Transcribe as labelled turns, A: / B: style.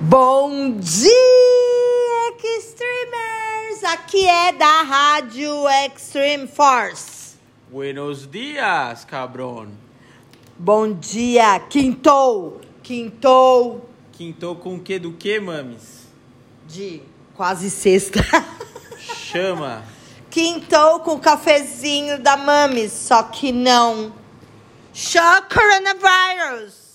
A: Bom dia, Extremers! Aqui é da Rádio Extreme Force.
B: Buenos dias, cabrón.
A: Bom dia, quintou! Quintou
B: Quintou com o que do que, mames?
A: de quase sexta.
B: Chama.
A: quintou com o cafezinho da Mami, só que não. Show Coronavirus!